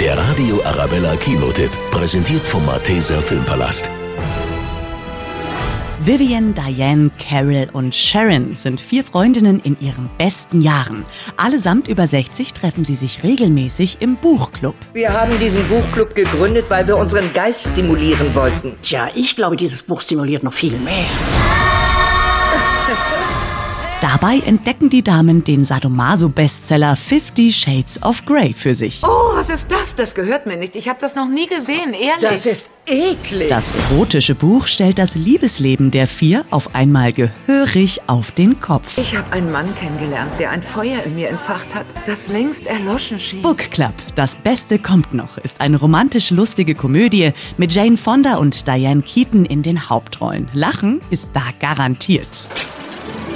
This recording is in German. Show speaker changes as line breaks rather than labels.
Der Radio Arabella Kinotipp, präsentiert vom Malteser Filmpalast.
Vivian, Diane, Carol und Sharon sind vier Freundinnen in ihren besten Jahren. Allesamt über 60 treffen sie sich regelmäßig im Buchclub.
Wir haben diesen Buchclub gegründet, weil wir unseren Geist stimulieren wollten.
Tja, ich glaube, dieses Buch stimuliert noch viel mehr.
Dabei entdecken die Damen den Sadomaso-Bestseller Fifty Shades of Grey für sich.
Oh, was ist das? Das gehört mir nicht. Ich habe das noch nie gesehen, ehrlich.
Das ist eklig.
Das erotische Buch stellt das Liebesleben der vier auf einmal gehörig auf den Kopf.
ich habe einen Mann kennengelernt, der ein Feuer in mir entfacht hat, das längst erloschen schien.
Book Club, das Beste kommt noch, ist eine romantisch lustige Komödie mit Jane Fonda und Diane Keaton in den Hauptrollen. Lachen ist da garantiert.